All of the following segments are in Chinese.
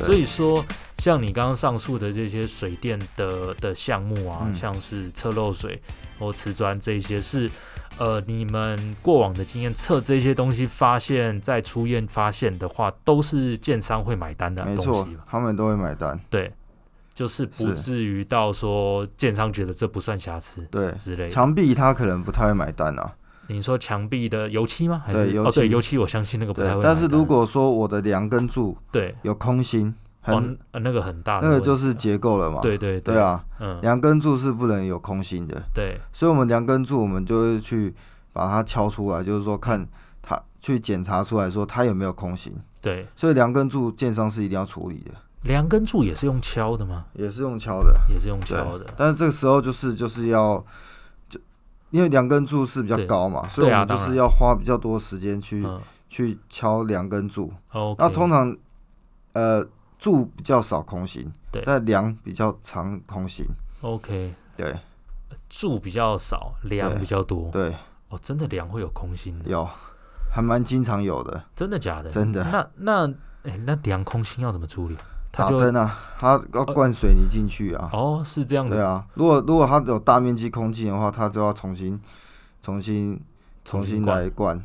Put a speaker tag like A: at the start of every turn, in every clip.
A: 所以说，像你刚刚上述的这些水电的的项目啊，
B: 嗯
A: 像是测漏水或瓷砖这些是。呃，你们过往的经验测这些东西，发现在出验发现的话，都是建商会买单的啊
B: 没
A: 东
B: 错
A: 西嘛，
B: 他们都会买单。
A: 对，就是不
B: 是
A: 至于到说建商觉得这不算瑕疵
B: 对，
A: 之类的。
B: 墙壁他可能不太会买单啊。
A: 你说墙壁的油漆吗？还
B: 对
A: 是
B: 油
A: 哦，对，
B: 漆
A: 油漆我相信那个不太
B: 对
A: 会，买单。
B: 但是如果说我的梁跟柱
A: 对
B: 有空心，
A: 哦
B: 很、
A: 呃那个很大的
B: 那
A: 问题，
B: 个就是结构了嘛。
A: 对对
B: 对，啊，
A: 嗯，
B: 梁跟柱是不能有空心的，
A: 对
B: 所以我们梁跟柱我们就会去把它敲出来，就是说看它去检查出来说它有没有空心。
A: 对，
B: 所以梁跟柱建商是一定要处理的，
A: 梁跟柱也是用敲的吗？
B: 也是用敲的。
A: 也是用
B: 对
A: 敲的，
B: 但是这个时候就是就是要就因为梁根柱是比较
A: 对
B: 高嘛，所以
A: 对
B: 我
A: 啊
B: 们就
A: 当
B: 是
A: 然
B: 要花比较多时间去、
A: 嗯
B: 去敲梁根柱。
A: ，OK，
B: 那通常呃柱比较少空心
A: 对，
B: 但梁比较常空心。
A: OK
B: 对
A: 哦柱比较少，梁
B: 对
A: 比较多，
B: 对，
A: 哦，真的梁会有空心的，
B: 有还蛮经常有的，
A: 真的假的？
B: 真的
A: 那那哎，那梁空心要怎么处理？它
B: 打
A: 就
B: 针啊，它要灌水泥进去啊。
A: 哦，是这样
B: 对
A: 子，
B: 啊，如果如果它有大面积空气的话，它就要重新重新重新
A: 灌，
B: 来灌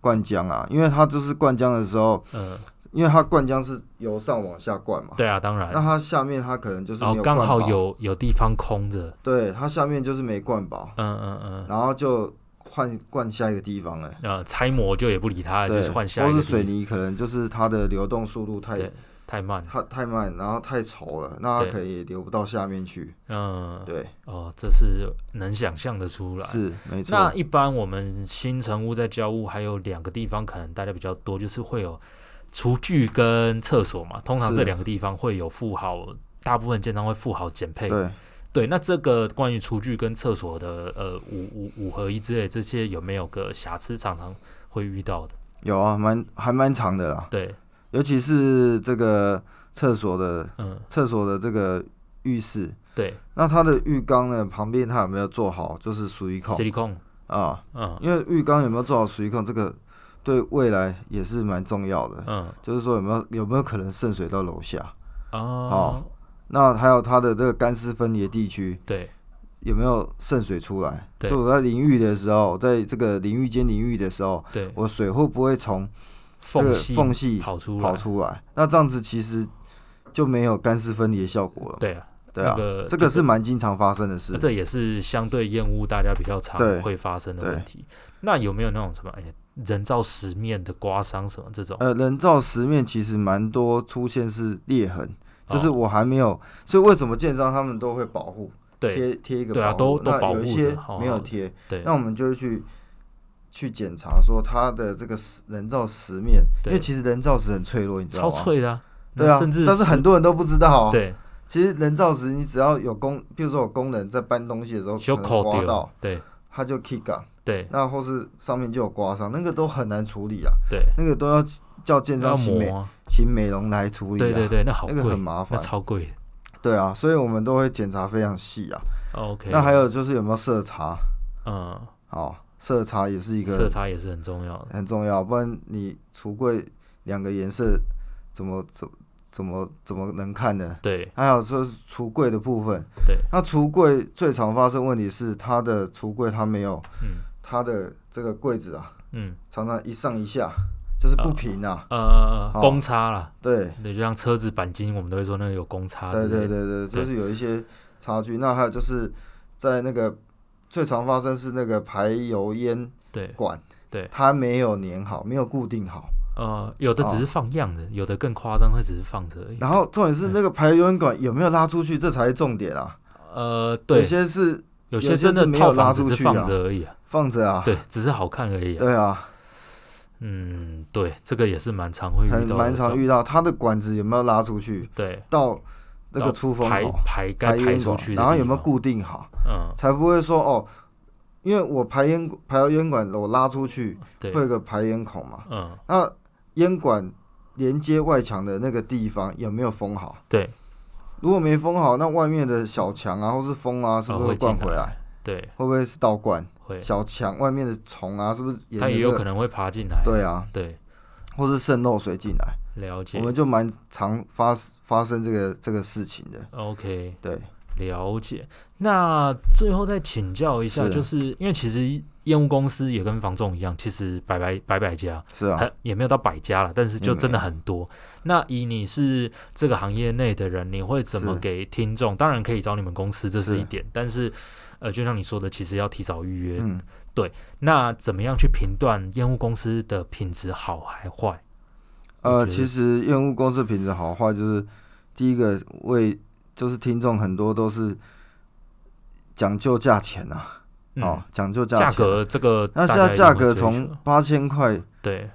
B: 灌浆啊，因为它就是灌浆的时候。
A: 嗯，
B: 因为它灌浆是由上往下灌嘛，
A: 对啊，当然
B: 那，它下面它可能就是
A: 然
B: 没
A: 后
B: 有
A: 刚
B: 灌
A: 好
B: 饱，
A: 有有地方空着，
B: 对，它下面就是没灌饱，
A: 嗯嗯嗯。
B: 然后就换灌下一个地方了，哎
A: 呃，拆模就也不理它，啊就
B: 对，
A: 是换下一
B: 或
A: 个地
B: 是水泥可能就是它的流动速度太
A: 对太慢。
B: 它太慢，然后太稠了，那
A: 对
B: 它可能也流不到下面去，
A: 嗯，
B: 对，
A: 哦，这是能想象的出来。
B: 是没
A: 那
B: 错，
A: 一般我们新城屋在交屋还有两个地方，可能大家比较多，就是会有厨具跟厕所嘛。通常
B: 是
A: 这两个地方会有富豪，大部分建商会富豪减配。
B: 对，
A: 对那这个关于厨具跟厕所的呃五五五合一之类这些有没有个瑕疵，常常会遇到的？
B: 有啊，蛮还蛮长的啦，
A: 对，
B: 尤其是这个厕所的
A: 嗯，
B: 厕所的这个浴室，
A: 对
B: 那它的浴缸呢旁边它有没有做好，就是疏一孔
A: s i l i
B: 啊。
A: 嗯
B: 因为浴缸有没有做好水控，这个对未来也是蛮重要的。
A: 嗯
B: 就是说有没有有没有可能渗水到楼下？
A: 哦，
B: 那还有它的这个干湿分离的地区
A: 对，
B: 有没有渗水出来？
A: 对
B: 就我在淋浴的时候，在这个淋浴间淋浴的时候，
A: 对，
B: 我水会不会从这
A: 缝
B: 个
A: 隙
B: 缝隙
A: 跑出来，
B: 跑出来？那这样子其实就没有干湿分离的效果了嘛。
A: 对啊，
B: 对啊
A: 那个，
B: 这个是蛮经常发生的事
A: 那。这也是相对厌恶大家比较常
B: 对
A: 会发生的
B: 对
A: 问题。那有没有那种什么哎呀人造石面的刮伤什么这种？
B: 呃，人造石面其实蛮多出现是裂痕，就是
A: 哦
B: 我还没有，所以为什么建商他们都会保护
A: 对
B: 贴贴一个
A: 对啊
B: 保
A: 都
B: 护
A: 都
B: 那
A: 保
B: 有一
A: 护
B: 些
A: 着哦好
B: 没
A: 好
B: 有啊
A: 的
B: 贴，
A: 对
B: 那我们就会去去检查说它的这个石人造石面，因
A: 对
B: 为其实人造石很脆弱，你知道
A: 超
B: 吗？
A: 脆的、啊，
B: 对
A: 那
B: 啊，
A: 甚至
B: 但是很多人都不知道、哦。，
A: 对
B: 其实人造石你只要有工，譬如说有工人在搬东西的时候
A: 修
B: 可能
A: 口
B: 刮
A: 掉
B: 到，，
A: 对
B: 它就 kick 啊，
A: 对
B: 那或是上面就有刮伤，那个都很难处理啊，
A: 对，
B: 那个都要叫建
A: 要
B: 商请美
A: 磨啊，
B: 请美容来处理、啊。
A: 对对对，那好
B: 那个
A: 贵
B: 很，麻
A: 那
B: 烦。
A: 超贵的。
B: 对啊，所以我们都会检查非常细啊。
A: OK，
B: 那还有就是有没有色差？
A: 嗯，
B: 哦，色差也是一
A: 色
B: 个
A: 差也是很重要的。
B: 很重要，不然你橱柜两个颜色怎么怎怎么怎么能看呢？
A: 对
B: 还有就是橱柜的部分，
A: 对，
B: 那橱柜最常发生问题是它的橱柜它没有
A: 嗯
B: 它的这个柜子啊，
A: 嗯
B: 常常一上一下就是不平啊。
A: 呃，
B: 哦
A: 公差啦，
B: 对
A: 对，就像车子钣金，我们都会说那个有公啊差之类
B: 对
A: 的。
B: 对对对，
A: 对
B: 就是有一些差距。那还有就是在那个最常发生是那个排油烟
A: 对
B: 管，
A: 对
B: 它没有粘好，没有固定好。
A: 呃，有的只是放样子，有的更夸张，会只是放着而已。
B: 然后重点
A: 嗯
B: 是那个排油烟管有没有拉出去，这才是重点啊。
A: 呃，
B: 有
A: 对，
B: 些是
A: 有
B: 有
A: 些
B: 些
A: 真的
B: 是没有
A: 套房
B: 拉
A: 只
B: 出
A: 是
B: 去啊
A: 放着而已、啊，
B: 放着啊，
A: 对，只是好看而已、啊。
B: 对啊，
A: 嗯，对，这个也是蛮常会遇到
B: 很
A: 的，
B: 蛮常。遇到它的管子有没有拉出去
A: 对，
B: 到那个
A: 到
B: 出风
A: 排
B: 口
A: 排该
B: 排
A: 排
B: 烟
A: 出
B: 管
A: 去，的
B: 然后有
A: 地
B: 没有
A: 方？
B: 固定好，
A: 嗯，
B: 才不会说哦，因为我排烟排油烟管我拉出去
A: 对
B: 会，有个排烟孔嘛，
A: 嗯，
B: 那烟管连接外墙的那个地方有没有封好？
A: 对，
B: 如果没封好，那外面的小墙啊，或是风啊，是
A: 哦
B: 不是
A: 会
B: 会灌
A: 进
B: 回
A: 来
B: 来？
A: 对，
B: 会不会是倒灌？
A: 会，
B: 小墙外面的虫啊，是不是也、
A: 它也有可能会爬进来。
B: 对啊，
A: 对，
B: 或是渗漏水进来？
A: 了解
B: 我。们就蛮常发发生这个这个事情的。
A: OK，
B: 对，
A: 了解。那最后再请教一下，
B: 是
A: 就是因为其实验屋公司也跟房仲一样，其实百百百百家，
B: 是啊，嗯
A: 很呃也没有到百家了，但是就真的很多。那以你是这个行业内的人，你会怎么
B: 是
A: 给听众？当然可以找你们公司，这是一
B: 是
A: 点。但是，呃，就像你说的，其实要提早预约。
B: 嗯，
A: 那怎么样去评断烟雾公司的品质好还坏？我
B: 呃，
A: 觉得
B: 其实验屋公司品质好坏，就是第一个为就是听众很多都是讲究价钱啊，
A: 嗯、
B: 哦，讲究价
A: 价
B: 钱。
A: 格这个
B: 那
A: 大
B: 现
A: 家
B: 在
A: 一定
B: 价
A: 会
B: 格
A: 追
B: 从
A: 求
B: 八千块
A: 对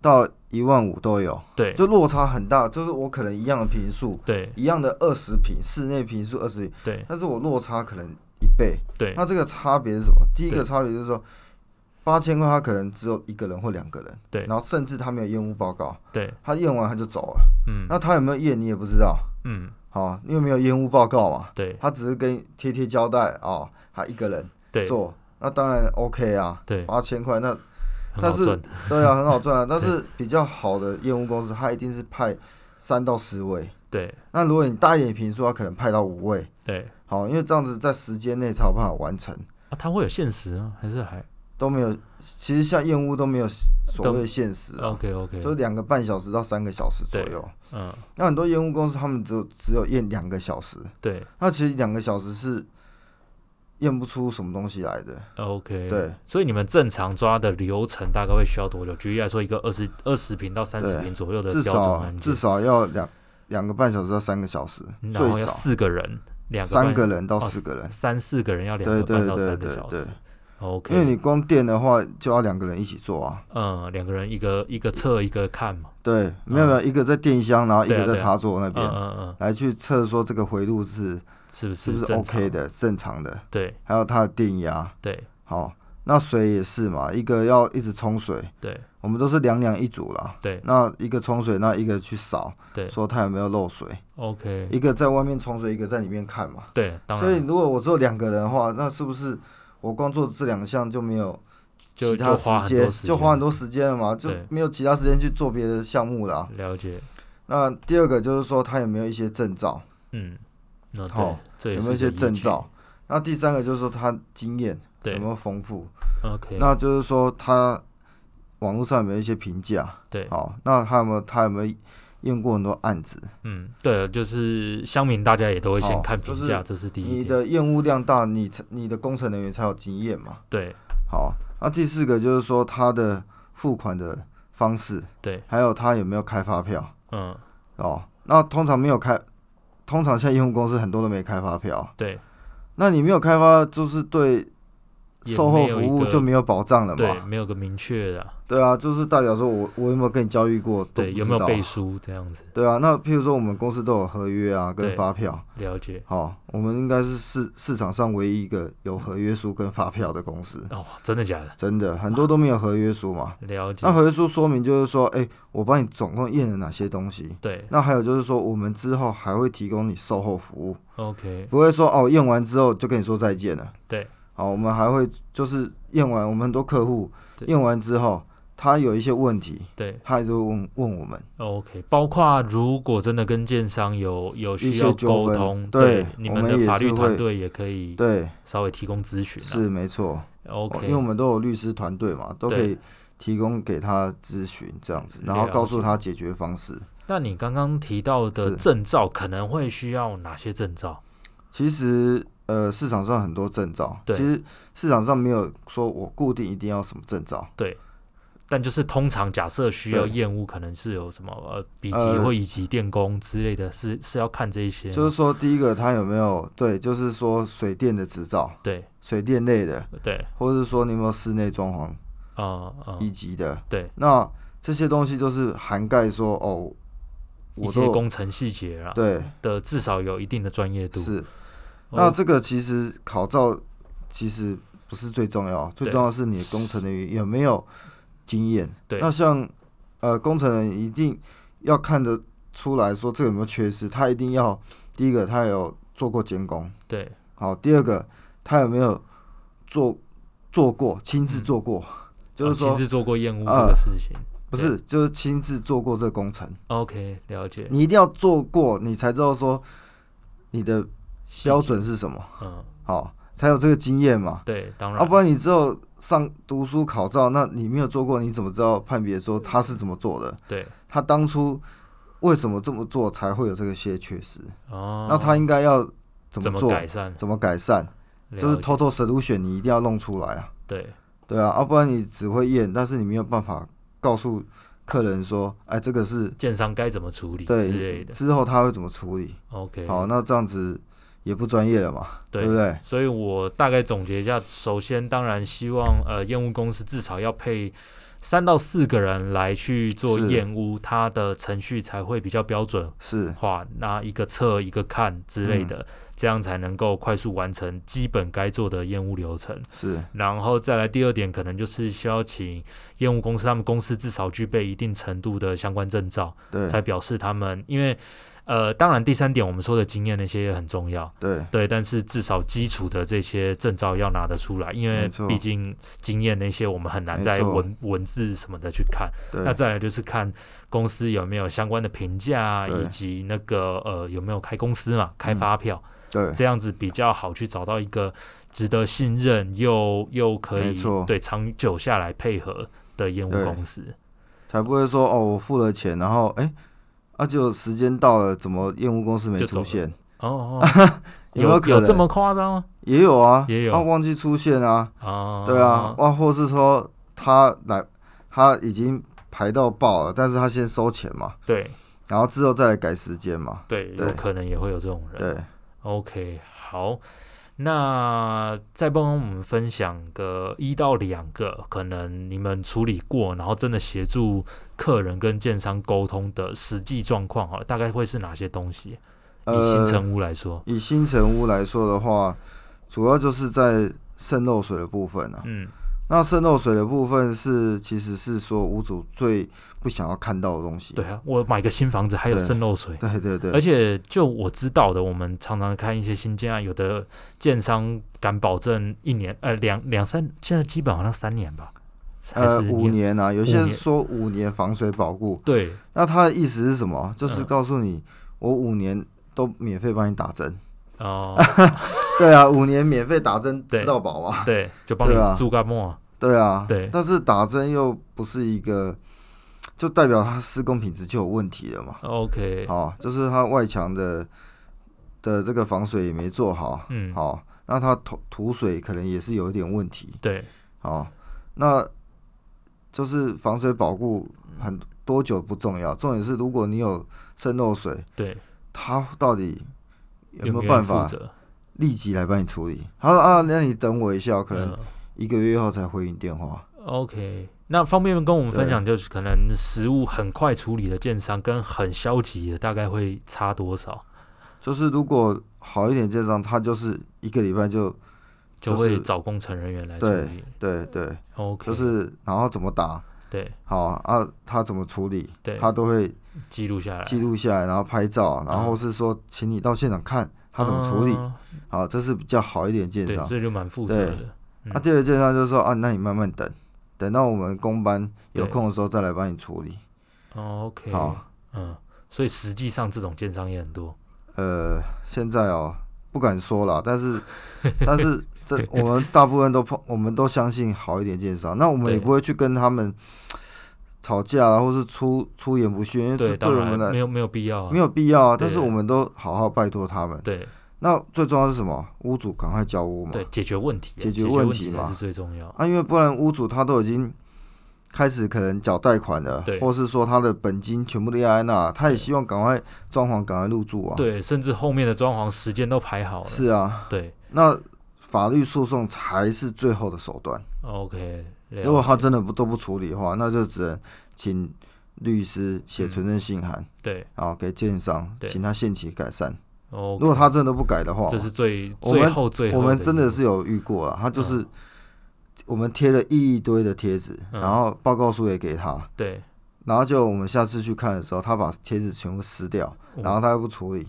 B: 到一万五都有，
A: 对
B: 就落差很大。就是我可能一样的平数，
A: 对
B: 一样的二十平，室内平数二十平，
A: 对
B: 但是我落差可能一倍。
A: 对
B: 那这个差别是什么？第一
A: 对
B: 个差别就是说，八千块他可能只有一个人或两个人，
A: 对
B: 然后甚至他没有验屋报告，
A: 对，
B: 他验完他就走了，
A: 嗯
B: 那他有没有验你也不知道，
A: 嗯
B: 哦，因为没有验屋报告嘛，
A: 对
B: 他只是跟你贴贴胶带哦，他一个人
A: 对
B: 做，那当然 OK 啊，
A: 对，
B: 八千块那
A: 很
B: 但
A: 好
B: 是
A: 赚，
B: 对 啊，很好赚啊，但是比较好的验屋公司，他一定是派三到十位，
A: 对
B: 那如果你大一点的平数，他可能派到五位，
A: 对
B: 好，因为这样子在时间内才有办法完成。
A: 啊，它会有限时吗？还是还
B: 都没有，其实像燕屋都没有所谓的限时啊，
A: OK OK？
B: 就两个半小时到三个小时左右。
A: 嗯，
B: 那很多燕屋公司他们只有只有验两个小时，
A: 对
B: 那其实两个小时是验不出什么东西来的。
A: ，OK，
B: 对，
A: 所以你们正常抓的流程大概会需要多久？举例来说，一个二十二十平到三十
B: 对
A: 平左右的
B: 至
A: 标准
B: 少
A: 案件
B: 至，少要两两个半小时到三个小时，
A: 嗯然后
B: 最
A: 要
B: 少
A: 四个人，两个
B: 三
A: 半
B: 个人到
A: 哦
B: 四个人。
A: 三四个人要两
B: 对
A: 个半
B: 对
A: 到
B: 对
A: 三个
B: 对
A: 小
B: 对
A: 时，，OK，
B: 因为你光电的话就要两个人一起做啊。
A: 嗯，两个人一个一个测一个看嘛，
B: 对，没有没有，一个在电箱，然后一
A: 嗯对啊
B: 个在
A: 对啊
B: 插座那
A: 嗯
B: 边。
A: 嗯嗯，
B: 来去测说这个回路是
A: 是不
B: 是不是
A: 正常
B: OK？的、正常的，
A: 对
B: 还有它的电压，
A: 对
B: 好，那水也是嘛，一个要一直冲水，
A: 对
B: 我们都是两两一组啦。
A: 对
B: 那一个冲水，那一个去扫，
A: 对
B: 说它有没有漏水，
A: ，OK，
B: 一个在外面冲水，一个在里面看嘛。
A: 对，当
B: 所以
A: 然
B: 如果我只有两个人的话，那是不是我光做这两项就没有
A: 就就
B: 其他
A: 花
B: 时
A: 很多
B: 间，
A: 时
B: 就花很
A: 多
B: 多时间了嘛？就
A: 对
B: 没有其他时间去做别的项目啦。
A: 了解，
B: 那第二个就是说它有没有一些证照，
A: 嗯，那对
B: 好，
A: 这也
B: 有
A: 是
B: 没有一
A: 个
B: 些
A: 依
B: 证
A: 据，
B: 照？那第三个就是说它经验有
A: 对
B: 没有丰富？
A: ，OK，
B: 那就是说他网络上有没有一些评价？
A: 对，
B: 好，那他有没有他有没有验过很多案子？
A: 嗯，对，就是乡民大家也都会先
B: 好
A: 看
B: 哦就
A: 评
B: 是
A: 价，这是第一
B: 你
A: 点，
B: 的验屋量大，你才你的工程人员才有经验嘛。
A: 对
B: 好，那第四个就是说他的付款的方式，
A: 对，
B: 还有他有没有开发票
A: 嗯，
B: 哦。那通常没有开，通常现在验屋公司很多都没开发票。
A: 对
B: 那你没有开发，就是对
A: 也
B: 售后
A: 没有
B: 服
A: 一
B: 务
A: 个
B: 就没有保障了
A: 对，
B: 嘛？
A: 没有个明确的啊，
B: 对啊，就是代表说我我有没有跟你交易过，都
A: 对，
B: 不
A: 有
B: 知
A: 没有
B: 道啊
A: 背书这样子，
B: 对啊，那譬如说我们公司都有合约啊，跟
A: 对
B: 发票。
A: 了解。
B: 好、我们应该是市市场上唯一一个有合约书跟发票的公司，
A: 哦，真的假的？
B: 真的很多都没有合约书嘛。
A: 了解
B: 那。合约书说明就是说，哎、我帮你总共验了哪些东西。
A: 对
B: 那还有就是说，我们之后还会提供你售后服务，
A: ，OK，
B: 不会说哦，验完之后就跟你说再见了。
A: 对，
B: 好，我们还会就是验完，我们很多客户
A: 对
B: 验完之后，他有一些问题，
A: 对
B: 他还是会问问我们。
A: ，OK，包括如果真的跟建商有有需
B: 一
A: 要
B: 些纠
A: 沟
B: 纷
A: 通，
B: 对
A: 你
B: 我
A: 们
B: 们
A: 的
B: 也
A: 法律
B: 是会
A: 团队也可以
B: 对，
A: 稍微提供咨询啊。
B: 是没错。哦因为我
A: OK，
B: 们都有律师团队嘛，都可
A: 对
B: 以提供给他咨询这样子，然后
A: 了
B: 告诉
A: 解
B: 他解决方式。
A: 那你刚刚提到的
B: 是
A: 证照可能会需要哪些证照？
B: 其实呃，市场上很多证照，其
A: 对
B: 实市场上没有说我固定一定要什么证照，
A: 但就是通常假设需要
B: 对
A: 验屋，可能是有什么呃笔级
B: 呃
A: 或乙级电工之类的，是是要看这一些吗。
B: 就是说第一个他有没有对，就是说水电的执照，
A: 对
B: 水电类的，
A: 对
B: 或者是说你有没有室内装潢
A: 啊啊，
B: 一级的，
A: 对
B: 那这些东西就是涵盖说哦，
A: 一
B: 我
A: 些
B: 都有
A: 工程细节啊
B: 对
A: 的至少有一定的专业度。
B: 是。那
A: 哦
B: 这个其实考照其实不是最重要，最
A: 对
B: 重要是你的工程人员有没有经验。
A: 对
B: 那像呃工程人员一定要看得出来说这个有没有缺失，他一定要第一个他有做过监工，
A: 对
B: 好，第二个他有没有做做过亲自
A: 嗯
B: 做过，就
A: 啊
B: 是说
A: 亲自做过验屋这
B: 呃
A: 个事情。
B: 不是，就是亲自做过这个工程，
A: OK，了解。
B: 你一定要做过，你才知道说你的标准是什么，
A: 嗯，
B: 好、才有这个经验嘛。
A: 对，当然。
B: 要、啊不然你只有上读书考照，那你没有做过，你怎么知道判别说他是怎么做的？
A: 对
B: 他当初为什么这么做，才会有这个些缺失？
A: 哦，
B: 那他应该要怎
A: 怎
B: 么
A: 么
B: 做？
A: 改善？
B: 怎么改善？就
A: 了
B: 是
A: 解
B: 偷偷 solution，你一定要弄出来啊。
A: 对，
B: 对啊，要、不然你只会验，但是你没有办法告诉客人说，哎，这个是
A: 建商该怎么处理之类
B: 对，
A: 的。
B: 之后他会怎么处理？
A: OK，
B: 好，那这样子也不专业了嘛，
A: 对
B: 对不对？
A: 所以我大概总结一下，首先当然希望呃验屋公司至少要配三到四个人来去做
B: 是
A: 验屋，它的程序才会比较标准
B: 是
A: 化，那一个测一个看之类的，这样才能够快速完成基本该做的验屋流程。
B: 是，
A: 然后再来第二点，可能就是需要请验屋公司，他们公司至少具备一定程度的相关证照，
B: 对
A: 才表示他们因为。呃，当然，第三点我们说的经验那些也很重要，
B: 对
A: 对，但是至少基础的这些证照要拿得出来，因为
B: 没错
A: 毕竟经验那些我们很难
B: 没
A: 在
B: 错
A: 文文字什么的去看。那
B: 对
A: 再来就是看公司有没有相关的评价啊，
B: 对嗯
A: 以及那个呃有没有开公司嘛，开发票、
B: 对，
A: 这样子比较好去找到一个值得信任又又可
B: 没
A: 以
B: 错
A: 对长久下来配合的业务
B: 对
A: 公 司。
B: 才不会说哦，我付了钱，然后哎，啊，就时间到了，怎么验屋公司没
A: 就走
B: 出
A: 了
B: 现？
A: 哦，哦
B: 有没有
A: 有
B: 可
A: 有这
B: 能
A: 么夸张吗？
B: 也有啊，
A: 也有
B: 啊，忘记出现啊，
A: 啊，
B: 对啊，，哇，或是说他来，他已经排到爆了，但是他先收钱嘛，
A: 对
B: 然后之后再来改时间嘛，
A: 对，有
B: 对
A: 可能也会有这种人。
B: 对，
A: OK，好，那再帮我们分享个一到两个，可能你们处理过，然后真的协助客人跟建商沟通的实际状况，好了，大概会是哪些东西？以新
B: 呃，
A: 城屋来说，
B: 以新城屋来说的话，主要就是在渗漏水的部分啊，
A: 嗯，
B: 那渗漏水的部分是，其实是说屋主最不想要看到的东西。
A: 对啊，我买个新房子还有
B: 对
A: 渗漏水，
B: 对对对
A: 而且就我知道的，我们常常看一些新建案，有的建商敢保证一年，呃，两两三，现在基本好像三年吧，还
B: 呃，
A: 是
B: 五？年啊，有
A: 五
B: 些人
A: 年
B: 说五年防水保固，
A: 对，
B: 那他的意思是什么？就是
A: 嗯
B: 告诉你，我五年都免费帮你打针。
A: 哦、
B: 对啊，五年免费打针
A: 对
B: 吃到饱嘛。
A: 对，就帮
B: 对啊
A: 你注干沫。
B: 对啊，
A: 对
B: 但是打针又不是一个，就代表它施工品质就有问题了嘛。
A: OK，
B: 哦，就是它外墙的的这个防水也没做好。
A: 嗯，
B: 好、哦，那它土土水可能也是有一点问题。
A: 对，
B: 好，那就是防水保护很多久不重要，重点是如果你有渗漏水，
A: 对，
B: 它到底有没有
A: 没
B: 办
A: 人
B: 法
A: 负责？
B: 立即来帮你处理？他说啊，那你等我一下，我可能
A: 嗯
B: 一个月后才回你电话。
A: OK，那方便跟我们分
B: 对
A: 享，就是可能食物很快处理的建商跟很消极的，大概会差多少？
B: 就是如果好一点建商，他就是一个礼拜就
A: 就
B: 就是
A: 会找工程人员来处
B: 对
A: 理。
B: 对对，
A: 嗯 OK，
B: 就是然后怎么打，
A: 对
B: 好啊，他怎么处理，
A: 对，哎
B: 他都会
A: 记录下来，
B: 记录下来，然后拍照，
A: 嗯
B: 然后是说请你到现场看他怎么处理，
A: 啊
B: 好，这是比较好一点建
A: 对，
B: 商。
A: 这就蛮负责
B: 对
A: 的。
B: 那、第二件呢，就是说啊，那你慢慢等，等到我们工班有
A: 对
B: 空的时候再来帮你处理。
A: 哦 OK，
B: 好，
A: 嗯，所以实际上这种建商也很多。
B: 呃，现在哦，不敢说了，但是但是这我们大部分都碰，我们都相信好一点建商，那我们也
A: 对
B: 不会去跟他们吵架啊，或是出出言不逊，因为这
A: 对，当
B: 对我
A: 然
B: 们
A: 没
B: 来
A: 有没有必要啊。
B: 没有必要啊。
A: 对
B: 但是我们都好好拜托他们。
A: 对
B: 那最重要是什么？屋主赶快交屋嘛。
A: 对，解决问题啊，
B: 解决
A: 决
B: 问
A: 问
B: 题
A: 才
B: 嘛
A: 是最重要。
B: 啊，因为不然屋主他都已经开始可能缴贷款了
A: 对，
B: 或是说他的本金全部都压在那，他也
A: 对
B: 希望赶快装潢赶快入住啊。，
A: 对，甚至后面的装潢时间都排好了。
B: 是啊，
A: 对
B: 那法律诉讼才是最后的手段。
A: ，OK 了解。
B: 如果他真的不都不处理的话，那就只能请律师写存证信函，
A: 对
B: 然后给建商，
A: 嗯对
B: 请他限期改善。
A: 哦，
B: 如果他真的不改的话
A: 这，是最
B: 我
A: 最
B: 们
A: 后最后，
B: 我们真的是有遇过啊，他就是我们贴了一堆的贴纸，
A: 嗯
B: 然后报告书也给他。
A: 对，
B: 然后就我们下次去看的时候，他把贴纸全部撕掉，
A: 嗯
B: 然后他又不处理，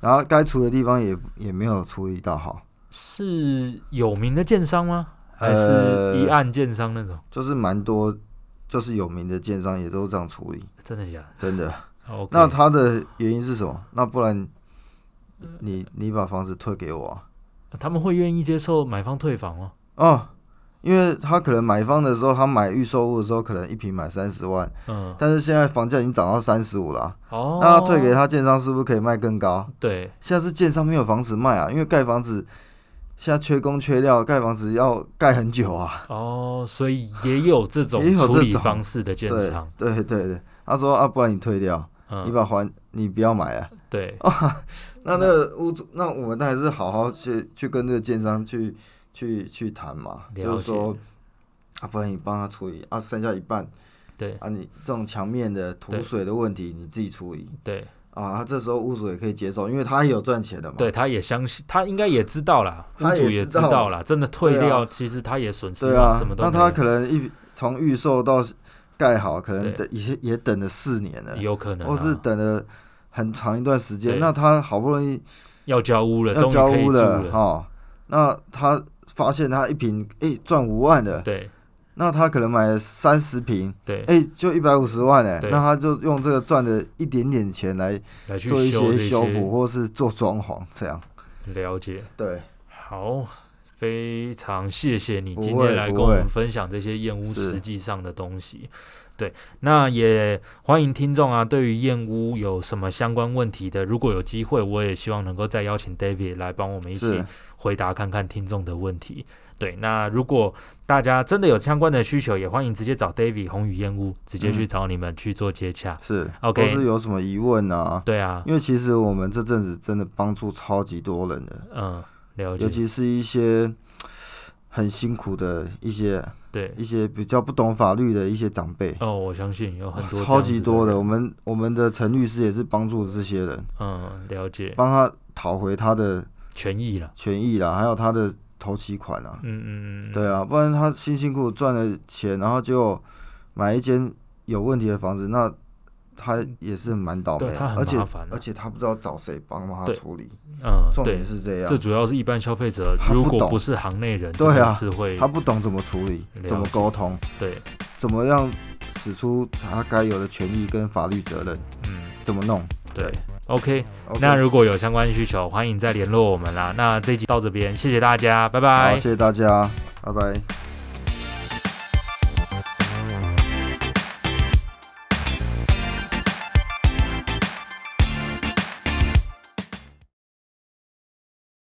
B: 然后该除的地方也也没有处理到好，
A: 是有名的建商吗？还是
B: 呃
A: 一案建商那种？
B: 就是蛮多就是有名的建商也都这样处理，
A: 真的假的
B: 真的。
A: ？OK，
B: 那他的原因是什么？那不然
A: 呃
B: 你你把房子退给我啊？
A: 他们会愿意接受买方退房吗？
B: 哦，因为他可能买方的时候，他买预售屋的时候，可能一平买三十万，
A: 嗯，
B: 但是现在房价已经涨到三十五了啊、
A: 哦，
B: 那他退给他建商是不是可以卖更高？
A: 对，
B: 现在是建商没有房子卖啊，因为盖房子现在缺工缺料，盖房子要盖很久啊。
A: 哦，所以也有这种
B: 也有这
A: 处理
B: 种
A: 方式的建
B: 对
A: 商，
B: 对对对，他说啊，不然你退掉，你
A: 嗯，
B: 把还你不要买啊。
A: 对，
B: 那那个屋主，那我们还是好好去去跟这个建商去去去谈嘛，
A: 了解
B: 就是说，啊，不然你帮他处理啊，剩下一半
A: 对，
B: 啊，你这种墙面的
A: 对
B: 土水的问题你自己处理
A: 对，
B: 啊，这时候屋主也可以接受，因为他也有赚钱的嘛。
A: 对，他也相信，他应该也知道啦，屋
B: 他也
A: 主也
B: 知
A: 知
B: 道
A: 道啦，真的退
B: 对啊
A: 掉，其实他也损失
B: 对
A: 了，
B: 啊
A: 什么，都
B: 那
A: 没
B: 他
A: 有
B: 可能一从预售到盖好，可能
A: 对
B: 等也也等了四年了，
A: 有可能、啊，
B: 或是等了很长一段时间。
A: 对
B: 那他好不容易
A: 要交屋了，
B: 要
A: 终于
B: 交
A: 可以
B: 屋
A: 住
B: 了
A: 了，
B: 哦，那他发现他一平哎赚五万的，
A: 对
B: 那他可能买了三十平，
A: 对，
B: 哎、就一百五十万哎、
A: 对
B: 那他就用这个赚的一点点钱来
A: 来去
B: 做一
A: 修这
B: 些修补或是做装潢这样。
A: 了解。
B: 对，
A: 好，非常谢谢你
B: 不
A: 今
B: 会
A: 天来
B: 不
A: 跟我们
B: 会
A: 分享这些燕屋
B: 是
A: 实际上的东西。对，那也欢迎听众啊，对于燕屋有什么相关问题的，如果有机会，我也希望能够再邀请 David 来帮我们一起
B: 是
A: 回答看看听众的问题。对，那如果大家真的有相关的需求，也欢迎直接找 David 红宇燕屋，直接去
B: 嗯
A: 找你们去做接洽。
B: 是
A: OK
B: 或是有什么疑问啊？
A: 对啊，
B: 因为其实我们这阵子真的帮助超级多人的，
A: 嗯，了
B: 尤
A: 解。
B: 其是一些很辛苦的一些
A: 对，
B: 一些比较不懂法律的一些长辈，
A: 哦，我相信有很多这
B: 超
A: 样
B: 级
A: 子
B: 多
A: 的人
B: 的。我，们我们的陈律师也是帮助这些人，
A: 嗯，了解
B: 帮他讨回他的
A: 权益了。
B: 权益啦，还有他的头期款啊。
A: 嗯嗯嗯，
B: 对啊，不然他辛辛苦苦赚了钱，然后就买一间有问题的房子，那他也是蛮倒霉
A: 对，
B: 的
A: 他，
B: 而
A: 很麻
B: 且
A: 烦啊
B: 而且他不知道找谁帮他
A: 对
B: 处理，
A: 嗯，
B: 重
A: 对
B: 点，是这
A: 这
B: 样，
A: 主要是一般消费者
B: 他不
A: 如果
B: 懂
A: 不是行内人，
B: 对
A: 真的
B: 啊
A: 是会
B: 他不懂怎么处理
A: 了，
B: 怎么
A: 解
B: 沟通，
A: 对，
B: 怎么样使出他该有的权益跟法律责任，
A: 嗯，
B: 怎么弄。
A: 对
B: 对。
A: OK，
B: OK，
A: 那如果有相关需求，欢迎再联络我们啦。那这一集到这边，谢谢大家，拜拜
B: 好，谢。谢大家，拜拜。